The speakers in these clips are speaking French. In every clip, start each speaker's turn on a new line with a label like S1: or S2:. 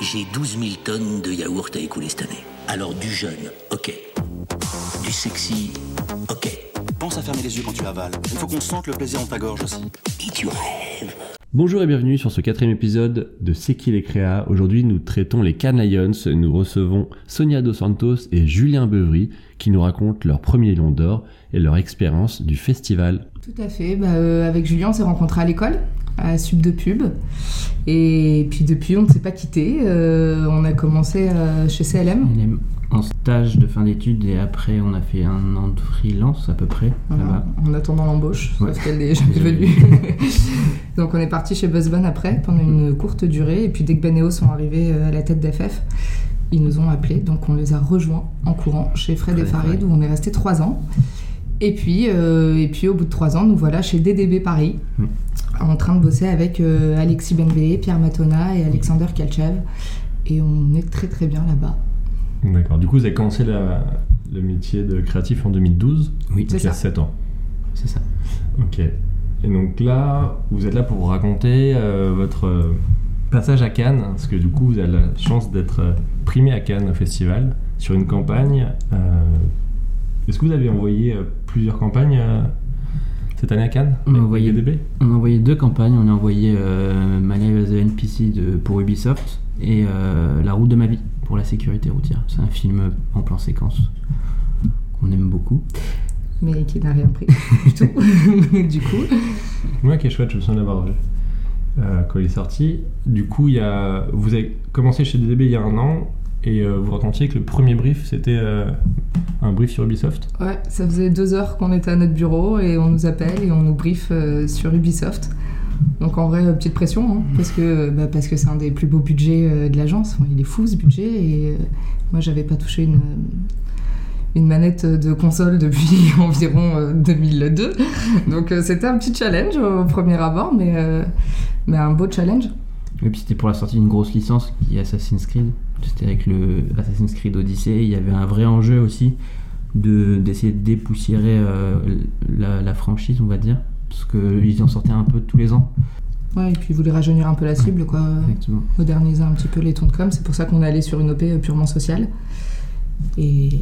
S1: j'ai 12 000 tonnes de yaourt à écouler cette année. Alors du jeune, ok. Du sexy, ok.
S2: Pense à fermer les yeux quand tu avales. Il faut qu'on sente le plaisir dans ta gorge aussi.
S1: Et tu rêves.
S3: Bonjour et bienvenue sur ce quatrième épisode de C'est qui les créa. Aujourd'hui, nous traitons les Cannes Lions. Nous recevons Sonia Dos Santos et Julien Beuvry qui nous racontent leur premier Lion d'Or et leur expérience du festival.
S4: Tout à fait. Bah, euh, avec Julien, on s'est rencontrés à l'école, à Sub de Pub. Et puis depuis, on ne s'est pas quitté. on a commencé euh, chez CLM.
S5: Elle est en stage de fin d'études et après on a fait un an de freelance à peu près
S4: Voilà,
S5: là-bas.
S4: en attendant l'embauche,
S5: Ouais.
S4: sauf qu'elle n'est jamais venue. Donc on est parti chez Buzzban après, pendant une courte durée. Et puis dès que Baneo sont arrivés euh, à la tête d'FF, ils nous ont appelés. Donc on les a rejoints en courant chez Fred et
S5: Fred,
S4: Farid, où on est resté trois ans. Et puis, euh, et puis au bout de trois ans, nous voilà chez DDB Paris,
S5: Oui.
S4: en train de bosser avec euh, Alexis Benbé, Pierre Matona et Alexander Kalchev. Et on est très très bien là-bas.
S3: D'accord. Du coup, vous avez commencé la- le métier de créatif en 2012,
S5: Oui,
S4: C'est
S3: donc il y
S4: ça.
S3: a 7 ans.
S5: c'est ça.
S3: Ok. Et donc là, vous êtes là pour raconter euh, votre euh, passage à Cannes, parce que du coup, vous avez la chance d'être euh, primé à Cannes au festival sur une campagne. euh, Est-ce que vous avez envoyé euh, plusieurs campagnes euh, cette année à Cannes
S5: On a
S3: avec
S5: envoyé-
S3: DDB
S5: On a envoyé deux campagnes, on a envoyé euh, My Life as a NPC de, pour Ubisoft et euh, La route de ma vie pour la sécurité routière. C'est un film en plan séquence qu'on aime beaucoup.
S4: Mais qui n'a rien pris du tout. du coup,
S3: Moi, qui est chouette, je me souviens de l'avoir vu euh, quand il est sorti. Du coup, il y a... vous avez commencé chez DDB il y a un an et euh, vous racontiez que le premier brief, c'était euh, un brief sur Ubisoft.
S4: Ouais, ça faisait deux heures qu'on était à notre bureau et on nous appelle et on nous briefe euh, sur Ubisoft. Donc en vrai, euh, petite pression, hein, parce que euh, bah, parce que c'est un des plus beaux budgets euh, de l'agence. Enfin, il est fou ce budget et euh, moi j'avais pas touché une euh, une manette de console depuis environ euh, 2002. Donc euh, c'était un petit challenge au premier abord, mais euh, mais un beau challenge.
S5: Et puis c'était pour la sortie d'une grosse licence qui est Assassin's Creed. C'était avec le Assassin's Creed Odyssey. Il y avait un vrai enjeu aussi de d'essayer de dépoussiérer euh, la, la franchise, on va dire, parce qu'ils en sortaient un peu tous les ans.
S4: Ouais, et puis il voulait rajeunir un peu la cible, quoi.
S5: Exactement.
S4: moderniser un petit peu les tons de com. C'est pour ça qu'on est allé sur une OP purement sociale. Et, et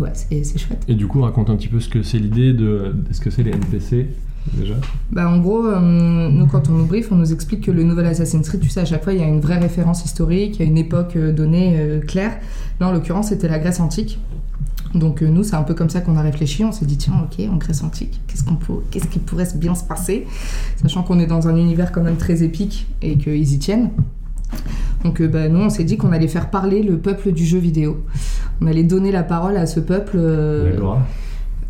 S4: ouais, c'est c'est chouette.
S3: Et du coup, raconte un petit peu ce que c'est l'idée de. Est-ce que c'est les NPC déjà
S4: Bah, en gros, euh, nous, quand on nous briefe, on nous explique que le nouvel Assassin's Creed, tu sais, à chaque fois, il y a une vraie référence historique, il y a une époque euh, donnée euh, claire. Là, en l'occurrence, c'était la Grèce antique. Donc, euh, nous, c'est un peu comme ça qu'on a réfléchi. On s'est dit, tiens, ok, en Grèce antique, qu'est-ce qu'on peut, qu'est-ce qui pourrait se- bien se passer Sachant qu'on est dans un univers quand même très épique et qu'ils y tiennent. Donc, euh, bah, nous, on s'est dit qu'on allait faire parler le peuple du jeu vidéo. On allait donner la parole à ce peuple. euh,
S3: L'Agora.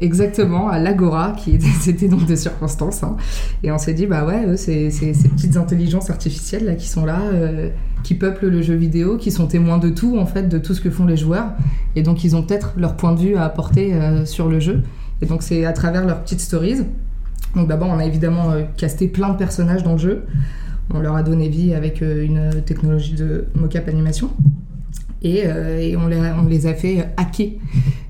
S4: Exactement, à l'Agora, qui était- c'était donc de circonstances. hein. Et on s'est dit, bah ouais, eux, c'est- c'est- ces petites intelligences artificielles là qui sont là, euh, qui peuplent le jeu vidéo, qui sont témoins de tout, en fait, de tout ce que font les joueurs. Et donc, ils ont peut-être leur point de vue à apporter euh, sur le jeu. Et donc, c'est à travers leurs petites stories. Donc, d'abord, on a évidemment euh, casté plein de personnages dans le jeu. On leur a donné vie avec euh, une technologie de mocap animation. Et, euh, et on, les, on les a fait hacker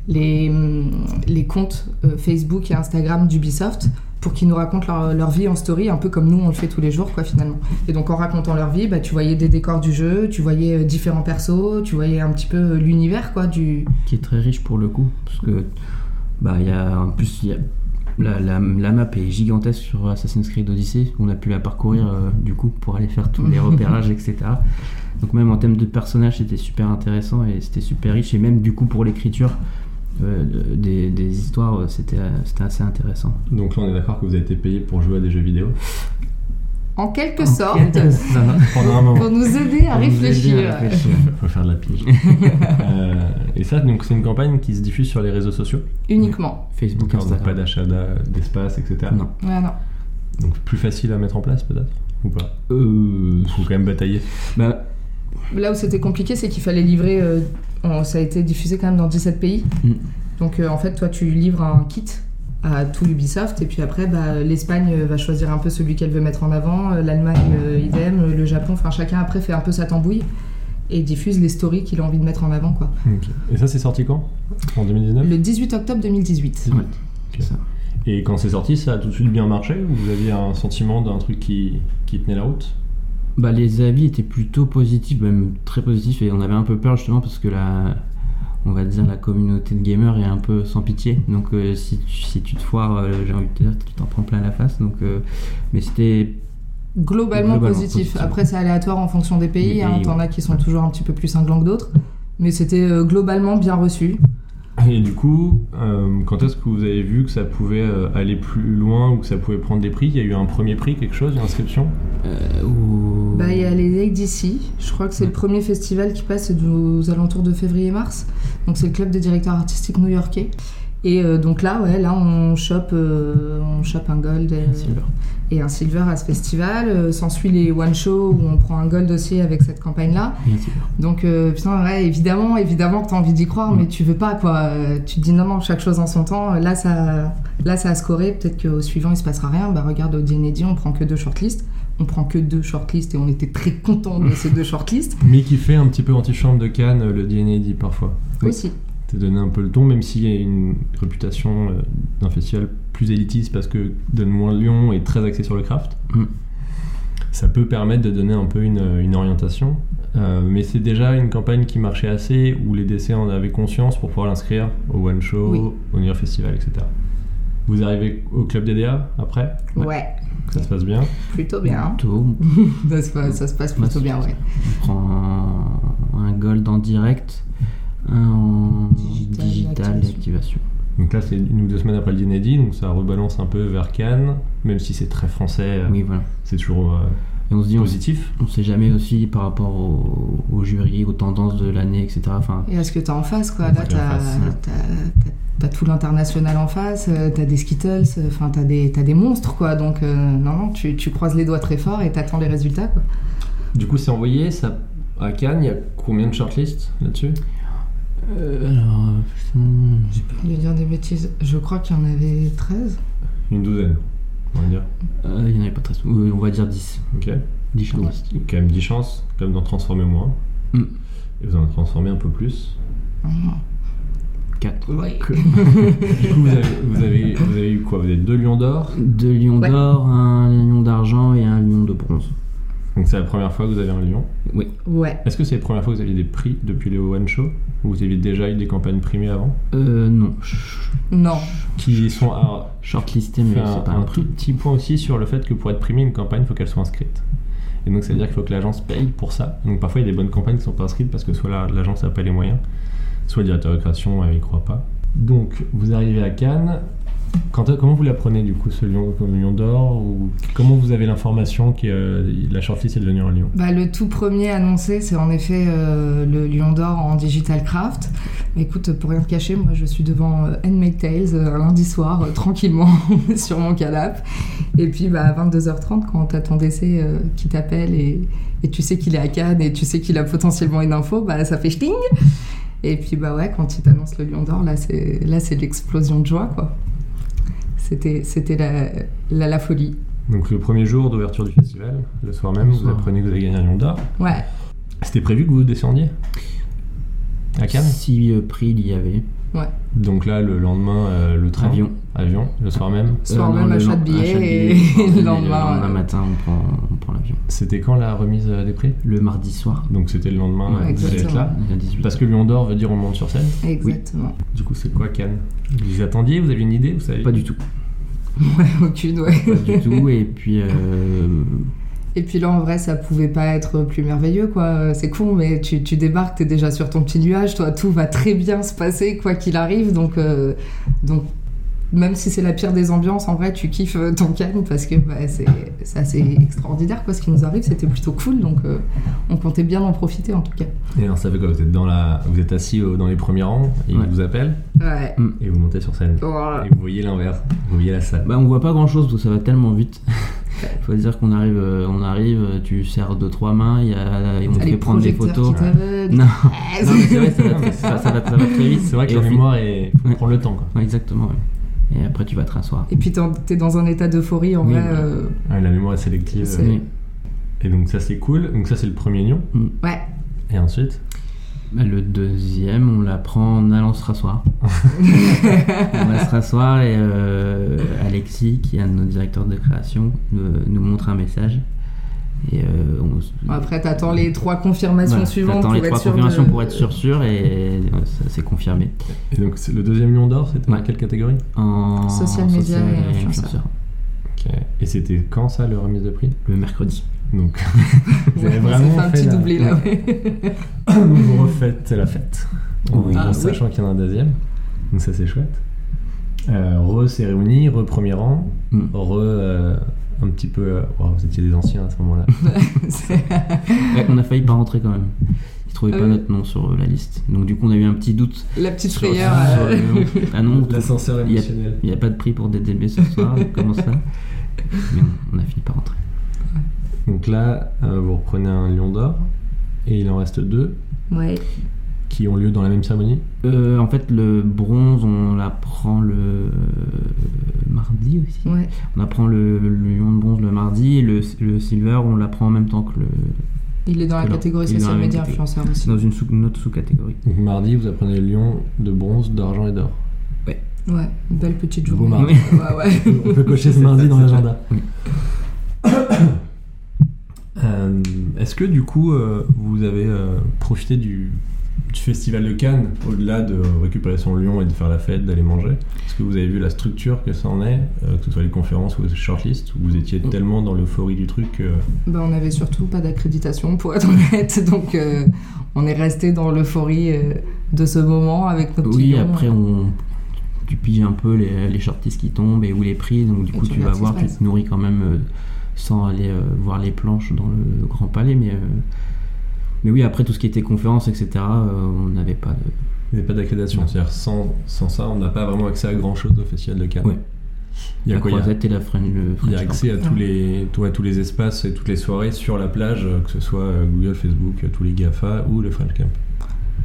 S4: les, hum, les comptes euh, Facebook et Instagram d'Ubisoft pour qu'ils nous racontent leur, leur vie en story, un peu comme nous on le fait tous les jours, quoi, finalement. Et donc en racontant leur vie, bah, tu voyais des décors du jeu, tu voyais euh, différents persos, tu voyais un petit peu euh, l'univers, quoi, du...
S5: qui est très riche pour le coup parce que bah il y a en plus il y a- la, la- la map est gigantesque sur Assassin's Creed Odyssey on a pu la parcourir euh, du coup pour aller faire tous les repérages etc donc même en termes de personnages c'était super intéressant et c'était super riche et même du coup pour l'écriture euh, des, des histoires euh, c'était euh, c'était assez intéressant
S3: Donc là, on est d'accord que vous avez été payé pour jouer à des jeux vidéo
S4: En quelque
S5: En
S4: sorte,
S5: quelque sorte.
S3: Ah, pendant un moment.
S4: pour nous aider à
S5: Pour nous aider
S4: réfléchir.
S5: à réfléchir.
S3: Faut faire de la pige. Euh, et ça, donc c'est une campagne qui se diffuse sur les réseaux sociaux.
S4: Uniquement.
S5: Facebook
S3: D'accord, donc pas
S5: Instagram
S3: d'achat d'a- d'espace, etc.
S5: non
S4: Ouais, non.
S3: Donc plus facile à mettre en place peut-être ou pas
S5: euh,
S3: Faut quand même batailler.
S5: bah,
S4: Là où c'était compliqué, c'est qu'il fallait livrer. euh, on- ça a été diffusé quand même dans 17 pays.
S5: Mm.
S4: Donc euh, en fait, toi, tu livres un kit à tout Ubisoft et puis après, bah, l'Espagne euh, va choisir un peu celui qu'elle veut mettre en avant, euh, l'Allemagne, euh, idem, euh, le Japon. Enfin, chacun après fait un peu sa tambouille et diffuse les stories qu'il a envie de mettre en avant, quoi.
S3: Et ça, c'est sorti quand En 2019
S4: Le 18 octobre 2018.
S5: ouais,
S3: Ok.
S5: c'est ça
S3: Et quand c'est sorti, ça a tout de suite bien marché ou vous aviez un sentiment d'un truc qui, qui tenait la route
S5: Bah, les avis étaient plutôt positifs, même très positifs, et on avait un peu peur justement parce que la, on va dire la communauté de gamers est un peu sans pitié. Donc euh, si, tu, si tu te foires, euh, j'ai envie de te dire, tu t'en prends plein la face. Donc, euh, mais c'était
S4: Globalement,
S5: Globalement
S4: positif.
S5: positif.
S4: Après, c'est aléatoire en fonction des pays.
S5: Des
S4: hein,
S5: pays,
S4: T'en
S5: ouais.
S4: as qui sont toujours un petit peu plus cinglants que d'autres. Mais c'était euh, globalement bien reçu.
S3: Et du coup, euh, quand est-ce que vous avez vu que ça pouvait euh, aller plus loin ou que ça pouvait prendre des prix Il y a eu un premier prix, quelque chose, une inscription
S5: euh, au-
S4: Bah, il y a les ADC. Je crois que c'est le premier festival qui passe c'est aux alentours de février-mars. Donc, c'est le club des directeurs artistiques new-yorkais. Et euh, donc là, ouais, là, on chope, euh, on chope un gold euh,
S5: Silver.
S4: et un silver à ce festival. Euh, S'ensuit les one show où on prend un gold aussi avec cette campagne-là.
S5: Il y a un Silver.
S4: Donc, euh, putain, ouais, évidemment, évidemment que t'as envie d'y croire, mais tu veux pas, quoi. Euh, Tu te dis non, non, chaque chose en son temps. Là, ça, là, ça a scoré. Peut-être qu'au suivant, il se passera rien. Bah, regarde, au Dinédi, on prend que deux shortlists. On prend que deux shortlists et on était très contents de ces deux shortlists
S3: Mais qui fait un petit peu antichambre de Cannes, euh, le DNA dit parfois. Oui.
S4: aussi.
S3: T'es donné un peu le ton, même s'il y a une réputation euh, d'un festival plus élitiste parce que donne moins Lyon et très axé sur le craft.
S5: Mm.
S3: Ça peut permettre de donner un peu une, une orientation. Euh, mais c'est déjà une campagne qui marchait assez, où les décès en avaient conscience pour pouvoir l'inscrire au One Show,
S4: Oui.
S3: au New York Festival, etc. Vous arrivez au club DDA après,
S4: Ouais.
S3: que ça se passe bien.
S4: plutôt bien.
S5: Tôt,
S4: Ça se, passe- ça se passe
S5: Bah,
S4: plutôt bien, ouais.
S5: on prend un gold en direct, un en
S4: Digital
S5: digital
S4: d'activation.
S5: d'activation.
S3: Donc là, c'est une ou deux semaines après le Dinédi, donc ça rebalance un peu vers Cannes, même si c'est très français, euh,
S5: Oui, voilà.
S3: c'est toujours euh,
S5: Et on se dit, on,
S3: positif.
S5: on sait jamais aussi par rapport au, au jury, aux tendances de l'année, etc. Enfin,
S4: Et à ce que t'as en face, quoi.
S5: Ouais,
S4: Là,
S5: en
S4: t'as
S5: face, ouais.
S4: t'as- t'as- t'as tout l'international en face, euh, t'as des Skittles, enfin, t'as des, t'as des monstres, quoi. Donc, euh, non, non, tu, tu croises les doigts très fort et t'attends les résultats, quoi.
S3: Du coup, c'est envoyé ça, à Cannes. Il y a combien de shortlists là-dessus
S5: euh, alors, euh, j'ai pas-
S4: Je vais dire des bêtises. Je crois qu'il y en avait 13.
S3: Une douzaine, on va dire.
S5: euh, il n'y en avait pas très souvent. Euh, On va dire 10.
S3: Ok.
S5: 10 shortlists.
S3: Donc, quand même 10 chances, comme d'en transformer moins.
S5: Mm.
S3: Et vous en transformez un peu plus.
S5: 4.
S4: Oui.
S3: Du coup, vous avez, vous avez, vous avez eu quoi Vous avez deux lions d'or.
S5: Deux lions
S4: Ouais.
S5: d'or, un lion d'argent et un lion de bronze.
S3: Donc, c'est la première fois que vous avez un lion.
S4: Ouais.
S3: Est-ce que c'est la première fois que vous aviez des prix depuis les One Show Ou vous aviez déjà eu des campagnes primées avant
S5: Euh, non. Ch-
S4: Non.
S3: Qui sont. Alors,
S5: Shortlisté,
S3: je fais
S5: mais
S3: un,
S5: c'est pas
S3: un
S5: un prix.
S3: tout petit point aussi sur le fait que pour être primée, une campagne, il faut qu'elle soit inscrite. Et donc, ça veut dire qu'il faut que l'agence paye pour ça. Donc, parfois, il y a des bonnes campagnes qui sont pas inscrites parce que soit la- l'agence n'a pas les moyens, soit le directeur de création euh, y croit pas. Donc, vous arrivez à Cannes. Quand- comment vous l'apprenez du coup, ce lion, comme lion d'or ou Comment vous avez l'information que euh, la shortlist est devenue un lion
S4: Bah, le tout premier annoncé, c'est en effet euh, le Lion d'Or en Digital Craft. Mais écoute, pour rien te cacher, moi je suis devant euh, Handmade Tales euh, un lundi soir, euh, tranquillement, sur mon canapé. Et puis bah, à 22h30, quand t'as ton décès euh, qui t'appelle et, et tu sais qu'il est à Cannes et tu sais qu'il a potentiellement une info, bah, ça fait chting Et puis bah ouais, quand il t'annonce le Lion d'Or, là c'est là, c'est l'explosion de joie quoi. C'était c'était la, la, la folie.
S3: Donc, le premier jour d'ouverture du festival, le soir même,
S5: Le
S3: vous
S5: soir.
S3: apprenez que vous avez gagné un lion d'or.
S4: Ouais,
S3: C'était prévu que vous descendiez à Cannes
S5: Si euh, prix il y avait.
S3: Donc là, le lendemain, euh, le train,
S5: Avion.
S3: avion, le soir même.
S4: soir
S5: Euh, non,
S4: même
S5: le
S4: achat de
S5: lend-
S4: billets
S5: achat de
S4: et,
S5: billets.
S4: le
S5: Le
S4: lendemain. ouais.
S5: matin, on prend, on prend l'avion.
S3: C'était quand la remise euh, des prix
S5: Le mardi soir.
S3: Donc c'était le lendemain, euh,
S5: Ouais,
S3: vous allez être là.
S5: Il y a 18.
S3: Parce que Lyon d'Or veut dire on monte sur scène.
S4: Exactement.
S3: Du coup, c'est quoi Cannes Vous attendiez Vous aviez une idée Vous savez
S5: Pas du tout.
S4: Ouais, aucune, ouais.
S5: Pas du tout. Et puis, euh,
S4: Et puis là, en vrai, ça pouvait pas être plus merveilleux, quoi. Euh, C'est con, mais tu, tu débarques, t'es déjà sur ton petit nuage, toi, tout va très bien se passer, quoi qu'il arrive. Donc, euh, donc, même si c'est la pire des ambiances, en vrai, tu kiffes euh, ton calme parce que bah, c'est c'est assez extraordinaire, quoi. Ce qui nous arrive, c'était plutôt cool, donc euh, on comptait bien en profiter, en tout cas.
S3: Et alors, ça fait quoi Vous êtes dans la, vous êtes assis au- dans les premiers rangs. Ils
S5: Ouais.
S3: vous appellent
S4: Ouais.
S3: et vous montez sur scène.
S4: Voilà.
S3: Et vous voyez l'inverse. Vous voyez la salle.
S5: bah, on voit pas grand chose parce que ça va tellement vite. Faut dire qu'on arrive, euh, on arrive, euh, tu serres deux trois mains, il y a, et on
S4: T'as
S5: te fait
S4: les
S5: prendre des
S4: projecteurs
S5: photos.
S4: qui t'aveuglent.
S5: Non,
S4: Ouais,
S5: non mais c'est vrai, ça va, ça, ça va, ça va très vite.
S3: C'est vrai que
S5: Et
S3: la
S5: au fi-
S3: mémoire est. Faut
S5: Ouais.
S3: prendre le temps. Quoi.
S5: Ouais, exactement. ouais. Et après, tu vas te rasseoir.
S4: Et puis t'en- t'es dans un état d'euphorie en
S5: Oui,
S4: vrai.
S5: voilà.
S4: euh,
S3: Ouais, la mémoire est sélective. euh,
S4: C'est-
S5: Oui.
S3: Et donc ça c'est cool. Donc ça c'est le premier lion.
S4: Ouais.
S3: Et ensuite.
S5: Bah, le deuxième, on la prend en allant se rasseoir. on va se rasseoir et euh, Alexis, qui est un de nos directeurs de création, nous, nous montre un message. Et euh, on s-
S4: Bon, après, t'attends les trois confirmations
S5: voilà,
S4: suivantes
S5: t'attends
S4: pour
S5: les
S4: être
S5: trois
S4: sûr.
S5: confirmations
S4: de-
S5: pour être sûr sûr et euh, ça c'est confirmé.
S3: Et donc c'est- le deuxième Lion d'Or, c'était dans
S5: Ouais.
S3: quelle catégorie
S5: En
S4: Social media
S5: social
S4: et influenceur.
S3: Ok. Et c'était quand ça, le remise de prix
S5: Le mercredi.
S3: Donc Vous
S4: Ouais,
S3: avez
S4: on s'est
S3: vraiment
S4: fait un
S3: fait
S4: petit
S3: la-
S4: doublé là. ouais.
S3: vous refaites la fête. En,
S5: Oui.
S3: en
S4: Ah, oui.
S3: sachant qu'il y en a un deuxième. Donc ça c'est chouette. Euh, re-cérémonie, re-premier rang,
S5: Mm.
S3: re... euh, un petit peu... euh, oh, vous étiez des anciens à ce moment-là.
S4: C'est-
S5: Ouais, on a failli pas rentrer quand même. Ils trouvaient
S4: Ah
S5: pas
S4: oui.
S5: notre nom sur euh, la liste. Donc du coup on a eu un petit doute.
S4: La petite
S5: sur-
S4: frayeur.
S5: sur
S4: euh,
S5: le nom. Ah non, on-
S3: L'ascenseur
S5: il y a-
S3: émotionnel.
S5: il n'y a pas de prix pour DDB ce soir, comment ça Mais on, on a fini par rentrer.
S3: Donc là, euh, vous reprenez un Lion d'Or et il en reste deux
S4: euh, Ouais.
S3: qui ont lieu dans la même cérémonie.
S5: Euh, en fait, le bronze, on l'apprend le euh, mardi aussi.
S4: Ouais.
S5: On apprend le, le lion de bronze le mardi et le, le silver, on l'apprend en même temps que le.
S4: Il est dans la
S5: Alors,
S4: catégorie
S5: il est dans
S4: social
S5: la même
S4: media
S5: catégorie.
S4: influenceur aussi.
S5: C'est dans une, sous, une autre sous-catégorie.
S3: Donc mardi, vous apprenez le Lion de bronze, d'argent et d'or.
S4: Ouais, une belle petite
S3: Beau
S4: journée.
S3: mardi.
S4: Ouais, ouais.
S3: On peut cocher ce
S5: C'est
S3: mardi
S5: ça,
S3: dans
S5: c'est
S3: l'agenda.
S5: Oui.
S3: Euh, Est-ce que du coup, euh, vous avez euh, profité du, du festival de Cannes, au-delà de récupérer son lion et de faire la fête, d'aller manger Est-ce que vous avez vu la structure que ça en est, euh, que ce soit les conférences ou les shortlists, où vous étiez tellement dans l'euphorie du truc que...
S4: Bah, on avait surtout pas d'accréditation pour être honnête, donc euh, on est resté dans l'euphorie euh, de ce moment avec nos petits
S5: Oui,
S4: lions.
S5: après, on, tu piges un peu les, les shortlists qui tombent et où les prix. Donc, du
S4: Et
S5: coup,
S4: tu
S5: tu vas
S4: regardes ce qui
S5: voir,
S4: se
S5: tu
S4: passe.
S5: te nourris quand même euh, sans aller euh, voir les planches dans le Grand Palais. Mais, euh, mais oui, après tout ce qui était conférence, etc., euh, on n'avait pas de.
S3: Il n'y a pas d'accréditation. C'est-à-dire, sans, sans ça, on n'a pas vraiment accès à grand-chose au Festival de Cannes.
S5: Ouais.
S3: Il y a
S5: la
S3: quoi Il y a-
S5: croisette et la French. le
S3: Il y a
S5: French
S3: accès à tous,
S4: Ouais.
S3: les, tout- à tous les espaces et toutes les soirées sur la plage, euh, que ce soit euh, Google, Facebook, euh, tous les GAFA ou le French Camp.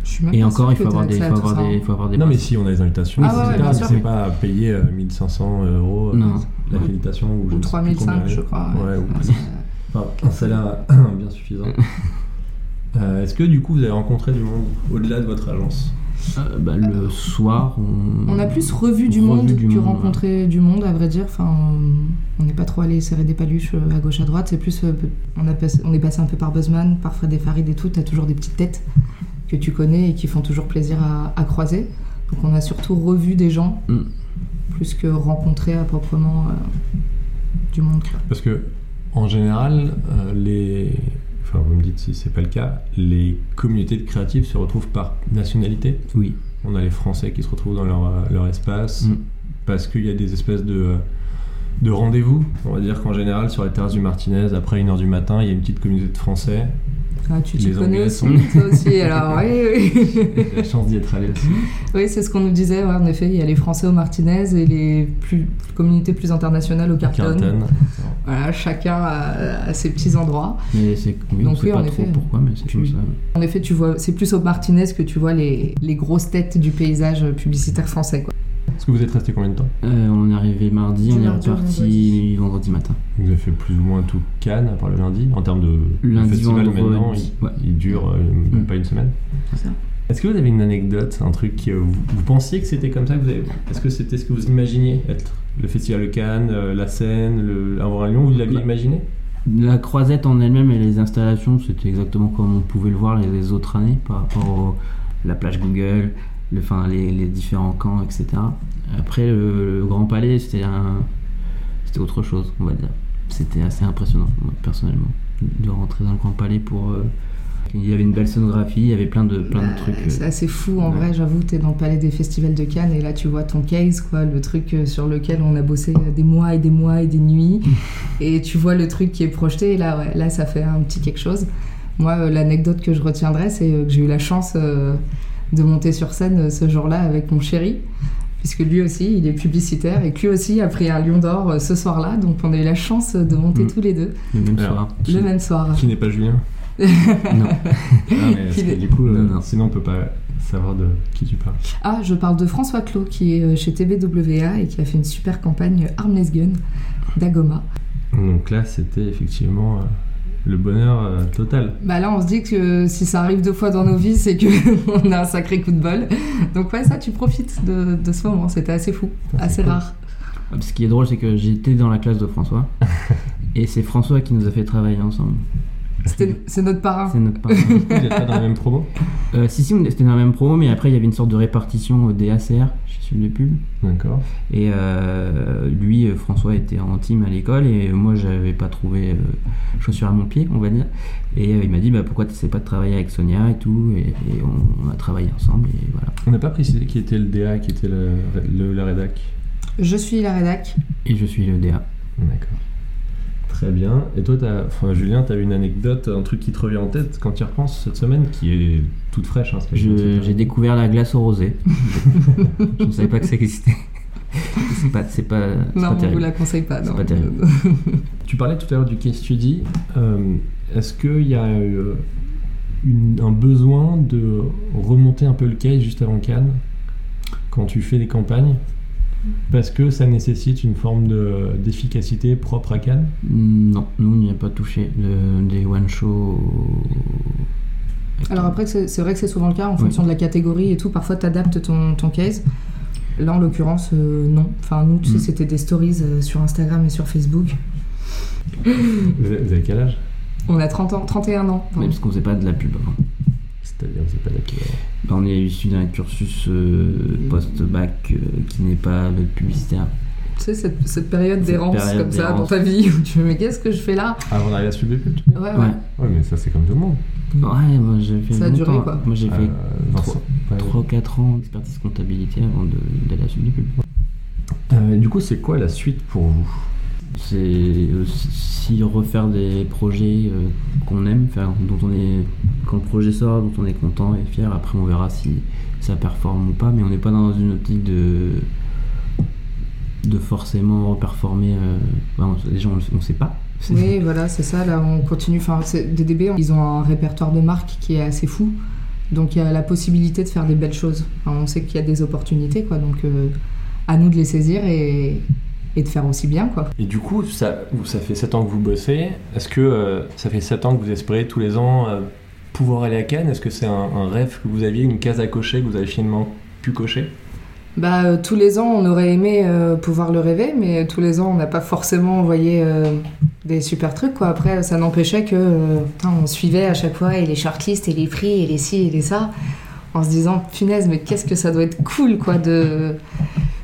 S4: Je suis même
S5: Et
S4: pas
S5: encore,
S4: sûre
S5: il faut
S4: que
S5: avoir
S4: t'aies
S5: des,
S4: accès à
S5: faut
S4: tout
S5: avoir
S4: ça,
S5: des,
S4: hein.
S5: faut avoir des.
S3: Non, mais si, on a les invitations,
S4: Ah
S3: c'est
S4: ouais, ouais,
S3: pas-
S4: bien sûr,
S3: c'est
S5: oui.
S3: pas à payer euh, 1500 euros euh,
S5: Non.
S3: l'accréditation ou je
S4: Ou
S3: ne sais plus combien
S4: 3005,
S3: elle est.
S4: je crois.
S3: Ouais, ou-
S4: c'est-
S3: Enfin, un salaire bien suffisant. Euh, Est-ce que du coup vous avez rencontré du monde au-delà de votre agence
S5: Euh, bah, le soir, on.
S4: On a plus revu du
S5: Revu
S4: monde
S5: du
S4: que
S5: monde,
S4: rencontré du monde, à vrai dire. Enfin, on- on n'est pas trop allé serrer des paluches euh, à gauche, à droite. C'est plus. euh, On, a passé- on est passé un peu par Buzzman, par Fred et Farid et tout. T'as toujours des petites têtes que tu connais et qui font toujours plaisir à, à croiser. Donc on a surtout revu des gens,
S5: Mm.
S4: plus que rencontré à proprement euh, du monde.
S3: Parce que, en général, euh, les. Enfin, vous me dites si c'est pas le cas, les communautés de créatifs se retrouvent par nationalité.
S5: Oui.
S3: On a les Français qui se retrouvent dans leur, euh, leur espace,
S5: Mm.
S3: parce qu'il y a des espèces de, euh, de rendez-vous. On va dire qu'en général, sur la terrasse du Martinez, après 1h du matin, il y a une petite communauté de Français.
S4: Ah, tu t'y
S3: Les
S4: connais
S3: Anglais
S4: aussi,
S3: sont-
S4: toi aussi. Alors, oui, oui.
S3: J'ai la chance d'y être allé aussi.
S4: Oui, c'est ce qu'on nous disait. ouais, en effet, il y a les Français au Martinez et les plus, communautés plus internationales au Carton.
S3: Carlton.
S4: Voilà, chacun à, à ses petits endroits.
S5: Mais c'est. oui, on
S4: Donc
S5: sait
S4: oui, en
S5: pas
S4: effet.
S5: trop pourquoi, mais c'est comme
S4: Puis-
S5: ça.
S4: En effet, tu vois, c'est plus au Martinez que tu vois les, les grosses têtes du paysage publicitaire français. Quoi.
S3: Est-ce que vous êtes resté combien de temps
S5: Euh, on est arrivé mardi,
S4: Du
S5: on est
S4: mardi au
S5: reparti
S4: vendredi.
S5: vendredi. matin.
S3: Vous avez fait plus ou moins tout Cannes, à part le lundi, en termes de le
S5: Lundi,
S3: festival
S5: vendredi,
S3: maintenant, il,
S5: ouais.
S3: il dure euh, même
S5: Mm.
S3: pas une semaine.
S4: C'est ça.
S3: Est-ce que vous avez une anecdote, un truc que vous, vous pensiez que c'était comme ça que vous avez... Est-ce que c'était ce que vous imaginiez être Le festival de Cannes, euh, la scène, le... avoir un lion, vous l'aviez
S5: Bah.
S3: imaginé
S5: La croisette en elle-même et les installations, c'était exactement comme on pouvait le voir les, les autres années par rapport à la plage Google, le, enfin, les, les différents camps, etc. Après, le, le Grand Palais, c'était un- c'était autre chose, on va dire. C'était assez impressionnant, moi, personnellement, de rentrer dans le Grand Palais pour. euh, il y avait une belle scénographie, il y avait plein de, plein
S4: Bah,
S5: de trucs. euh,
S4: C'est assez fou en
S5: ouais.
S4: vrai, j'avoue. T'es dans le palais des festivals de Cannes et là tu vois ton case, quoi, le truc euh, sur lequel on a bossé euh, des mois et des mois et des nuits. et tu vois le truc qui est projeté et là, ouais, là ça fait un petit quelque chose. Moi, euh, l'anecdote que je retiendrai, c'est euh, que j'ai eu la chance euh, de monter sur scène euh, ce jour-là avec mon chéri. Puisque lui aussi, il est publicitaire et que lui aussi a pris un lion d'or euh, ce soir-là. Donc on a eu la chance euh, de monter
S5: Mm.
S4: tous les deux
S5: le même
S3: Alors,
S5: soir.
S3: Qui-
S4: le même soir.
S3: Qui n'est pas Julien
S5: Non.
S3: Ah, mais parce
S4: Qui
S3: que
S4: n'est-
S3: du coup, euh,
S5: Non, non.
S3: sinon on peut pas savoir de qui tu parles.
S4: Ah, je parle de François Clos qui est euh, chez TBWA et qui a fait une super campagne euh, Armless Gun d'Agoma.
S3: Donc là, c'était effectivement euh, le bonheur euh, total.
S4: Bah là, on se dit que si ça arrive deux fois dans nos vies, c'est que on a un sacré coup de bol. Donc ouais, ça, tu profites de, de ce moment. C'était assez fou,
S3: c'est
S4: assez
S3: cool.
S5: Ah,
S4: rare.
S5: Ce qui est drôle, c'est que j'étais dans la classe de François. Et c'est François qui nous a fait travailler ensemble.
S4: C'était- C'est notre parrain.
S5: C'est notre parrain.
S3: Vous n'êtes pas dans la même promo
S5: Euh, si, si, on- c'était dans la même promo, mais après, il y avait une sorte de répartition euh, des ACR chez Sub de Pub.
S3: D'accord.
S5: Et euh, lui, euh, François, était en team à l'école et moi, j'avais pas trouvé euh, chaussure à mon pied, on va dire. Et euh, il m'a dit, bah, pourquoi tu sais pas de travailler avec Sonia et tout. Et, et on, on a travaillé ensemble et voilà.
S3: On n'a pas précisé qui était le DA, qui était le, le- la rédac.
S4: Je suis la rédac.
S5: Et je suis le DA.
S3: D'accord. Très bien. Et toi, t'as- enfin, Julien, tu as une anecdote, un truc qui te revient en tête quand tu y repenses cette semaine, qui est toute fraîche. hein, ce que je
S5: Je-
S3: dis.
S5: J'ai découvert la glace au rosé. je ne savais pas que ça existait. c'est pas, c'est pas, c'est
S4: Non,
S5: pas
S4: on vous
S5: terrible.
S4: la conseille pas.
S5: C'est
S4: non.
S5: pas terrible.
S3: Tu parlais tout à l'heure du case study. Euh, Est-ce qu'il y a euh, une- un besoin de remonter un peu le case juste avant Cannes quand tu fais des campagnes Parce que ça nécessite une forme de- d'efficacité propre à Cannes
S5: Non, nous, on n'y a pas touché. Le- des one-show.
S4: Alors après, c'est c'est vrai que c'est souvent le cas en fonction de la catégorie et tout. Parfois, tu adaptes ton, ton case. Là, en l'occurrence, euh, non. Enfin, nous, tu sais,
S5: Mm.
S4: c'était des stories euh, sur Instagram et sur Facebook.
S3: Vous avez vous avez quel âge
S4: On a 30 ans, 31 ans. pardon.
S5: Même parce qu'on faisait pas de la pub avant.
S3: C'est-à-dire, vous n'avez pas d'accord.
S5: Bah, On est issu d'un cursus euh, post-bac euh, qui n'est pas le publicitaire.
S4: Tu sais, cette, cette période
S5: Cette
S4: d'errance
S5: période
S4: comme ça dans
S5: d'errance.
S4: ta vie où tu me dis, mais qu'est-ce que je fais là
S3: Avant d'arriver à Sub des Putes
S4: Ouais, Ah ouais.
S5: Ouais,
S3: Ouais, mais ça, c'est comme tout le monde.
S5: ouais moi j'ai fait
S4: Ça a duré,
S5: longtemps.
S4: quoi.
S5: Moi j'ai
S3: Euh,
S5: fait
S3: Vincent. Ouais.
S5: 3-4 ans d'expertise comptabilité avant de- d'aller à Sud du Pub.
S3: Euh, du coup, c'est quoi la suite pour vous
S5: C'est aussi refaire des projets euh, qu'on aime, enfin, dont on est, quand le projet sort, dont on est content et fier. Après, on verra si ça performe ou pas, mais on n'est pas dans une optique de de forcément reperformer. euh, enfin, on- déjà, on ne sait pas. C'est-
S4: Oui, voilà, c'est ça. Là, on continue. Enfin, c'est- DDB, ils ont un répertoire de marques qui est assez fou. Donc, il y a la possibilité de faire des belles choses. Enfin, on sait qu'il y a des opportunités, quoi. Donc, euh, à nous de les saisir et, et de faire aussi bien, quoi.
S3: Et du coup, ça, vous- ça fait 7 ans que vous bossez. Est-ce que euh, ça fait 7 ans que vous espérez tous les ans euh, pouvoir aller à Cannes Est-ce que c'est un, un rêve que vous aviez, une case à cocher que vous avez finalement pu cocher
S4: Bah, euh, tous les ans, on aurait aimé euh, pouvoir le rêver, mais tous les ans, on n'a pas forcément envoyé euh, des super trucs. Quoi. Après, ça n'empêchait que euh, putain, on suivait à chaque fois et les shortlists et les prix et les ci et les ça, en se disant punaise, mais qu'est-ce que ça doit être cool quoi de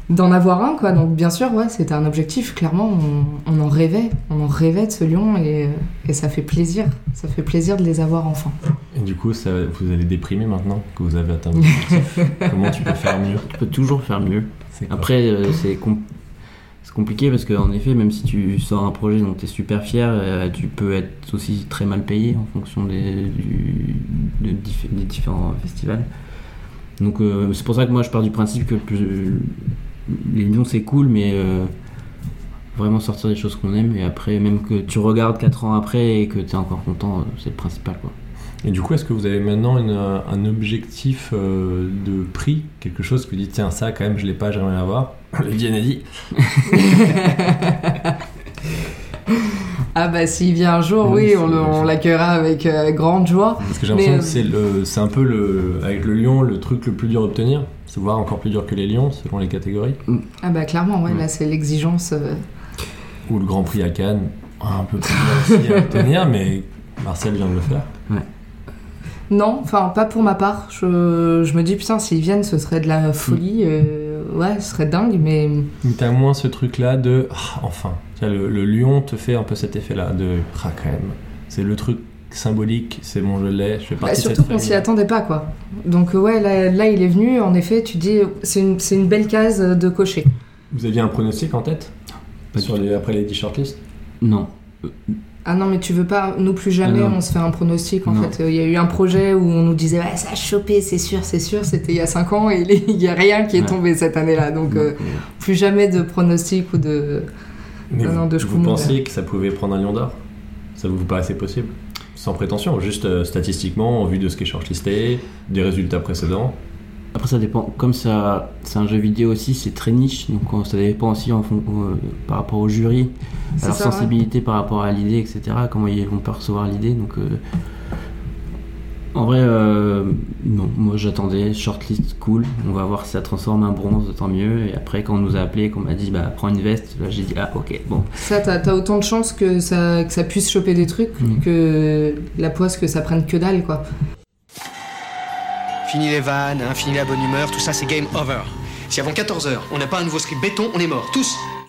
S4: d'en avoir un quoi. Donc bien sûr, ouais, c'était un objectif. Clairement, on, on en rêvait, on en rêvait de ce lion et, euh, et ça fait plaisir, ça fait plaisir de les avoir enfin.
S3: Et du coup, ça, vous allez déprimer maintenant que vous avez atteint votre objectif. Comment tu peux faire mieux
S5: Tu peux toujours faire mieux.
S3: C'est quoi
S5: Après, euh, c'est com- c'est compliqué parce qu'en effet, même si tu sors un projet dont tu es super fier, euh, tu peux être aussi très mal payé en fonction des, du- de diff- des différents festivals. Donc, euh, c'est pour ça que moi je pars du principe que plus- les lions c'est cool, mais euh, vraiment sortir des choses qu'on aime et après, même que tu regardes 4 ans après et que tu es encore content, euh, c'est le principal quoi.
S3: Et du coup, est-ce que vous avez maintenant une, euh, un objectif euh, de prix Quelque chose que vous dites, tiens, ça, quand même, je l'ai pas, j'aimerais l'avoir. Viviane a dit,
S4: Ah bah s'il vient un jour, oui,
S3: Oui,
S4: on,
S3: c'est-
S4: le- on l'accueillera avec euh, grande joie.
S3: parce que j'ai
S4: Mais,
S3: l'impression
S4: euh,
S3: que c'est le- c'est un peu le, avec le lion le truc le plus dur à obtenir. C'est voire encore plus dur que les lions, selon les catégories.
S4: Ah bah clairement, ouais,
S5: Ouais.
S4: là c'est l'exigence. euh,
S3: Ou le Grand Prix à Cannes, un peu plus dur aussi à obtenir, mais Marcel vient de le faire.
S4: Non, enfin pas pour ma part. Je, je me dis putain, s'ils viennent, ce serait de la folie.
S5: Mm.
S4: euh, ouais, ce serait dingue, mais
S3: Mais t'as moins ce truc-là de Ah, enfin. Tu vois, Le, le lion te fait un peu cet effet-là de ah, quand même. C'est le truc symbolique, c'est bon, je l'ai, je fais
S4: bah,
S3: partie de
S4: surtout
S3: cette
S4: qu'on
S3: famille.
S4: s'y attendait pas quoi. Donc euh, ouais, là, là, il est venu. En effet, tu dis c'est une, c'est une belle case euh, de cocher.
S3: Vous aviez un pronostic en tête
S5: Pas
S3: Sur
S5: du
S3: les- Après les 10 shortlists
S5: Non,
S4: Ah non, mais tu veux pas, nous plus jamais,
S5: Ah non.
S4: on se fait un pronostic en
S5: Non.
S4: fait. Euh, Il y a eu un projet où on nous disait ouais, ça a chopé, c'est sûr, c'est sûr. C'était il y a 5 ans et il y a rien qui est
S5: Ouais.
S4: tombé cette année-là. Donc euh,
S5: Donc, euh,
S4: plus jamais de pronostic ou de.
S3: Mais
S4: Non,
S3: vous,
S4: non, de
S3: vous
S4: Shkoumoun,
S3: pensiez que ça pouvait prendre un lion d'or Ça vous paraissait possible Sans prétention, juste euh, statistiquement, en vue de ce qui est shortlisté, des résultats précédents.
S5: Après, ça dépend. Comme ça, c'est un jeu vidéo aussi, c'est très niche, donc euh, ça dépend aussi en fond, euh, par rapport au jury, à
S4: C'est
S5: leur
S4: ça, hein. ouais.
S5: sensibilité par rapport à l'idée, etc. Comment ils vont percevoir l'idée. Donc, euh, en- En vrai, euh, non. Moi, j'attendais shortlist, cool. On va voir si ça transforme un bronze, tant mieux. Et après, quand on nous a appelé, qu'on m'a dit, bah, prends une veste, là, j'ai dit, ah, ok, bon.
S4: Ça, t'as as autant de chances que ça, que ça puisse choper des trucs
S5: Mm.
S4: que la poisse que ça prenne que dalle, quoi.
S6: Fini les vannes, hein, fini la bonne humeur, tout ça c'est game over. Si avant 14h, on n'a pas un nouveau script béton, on est mort, tous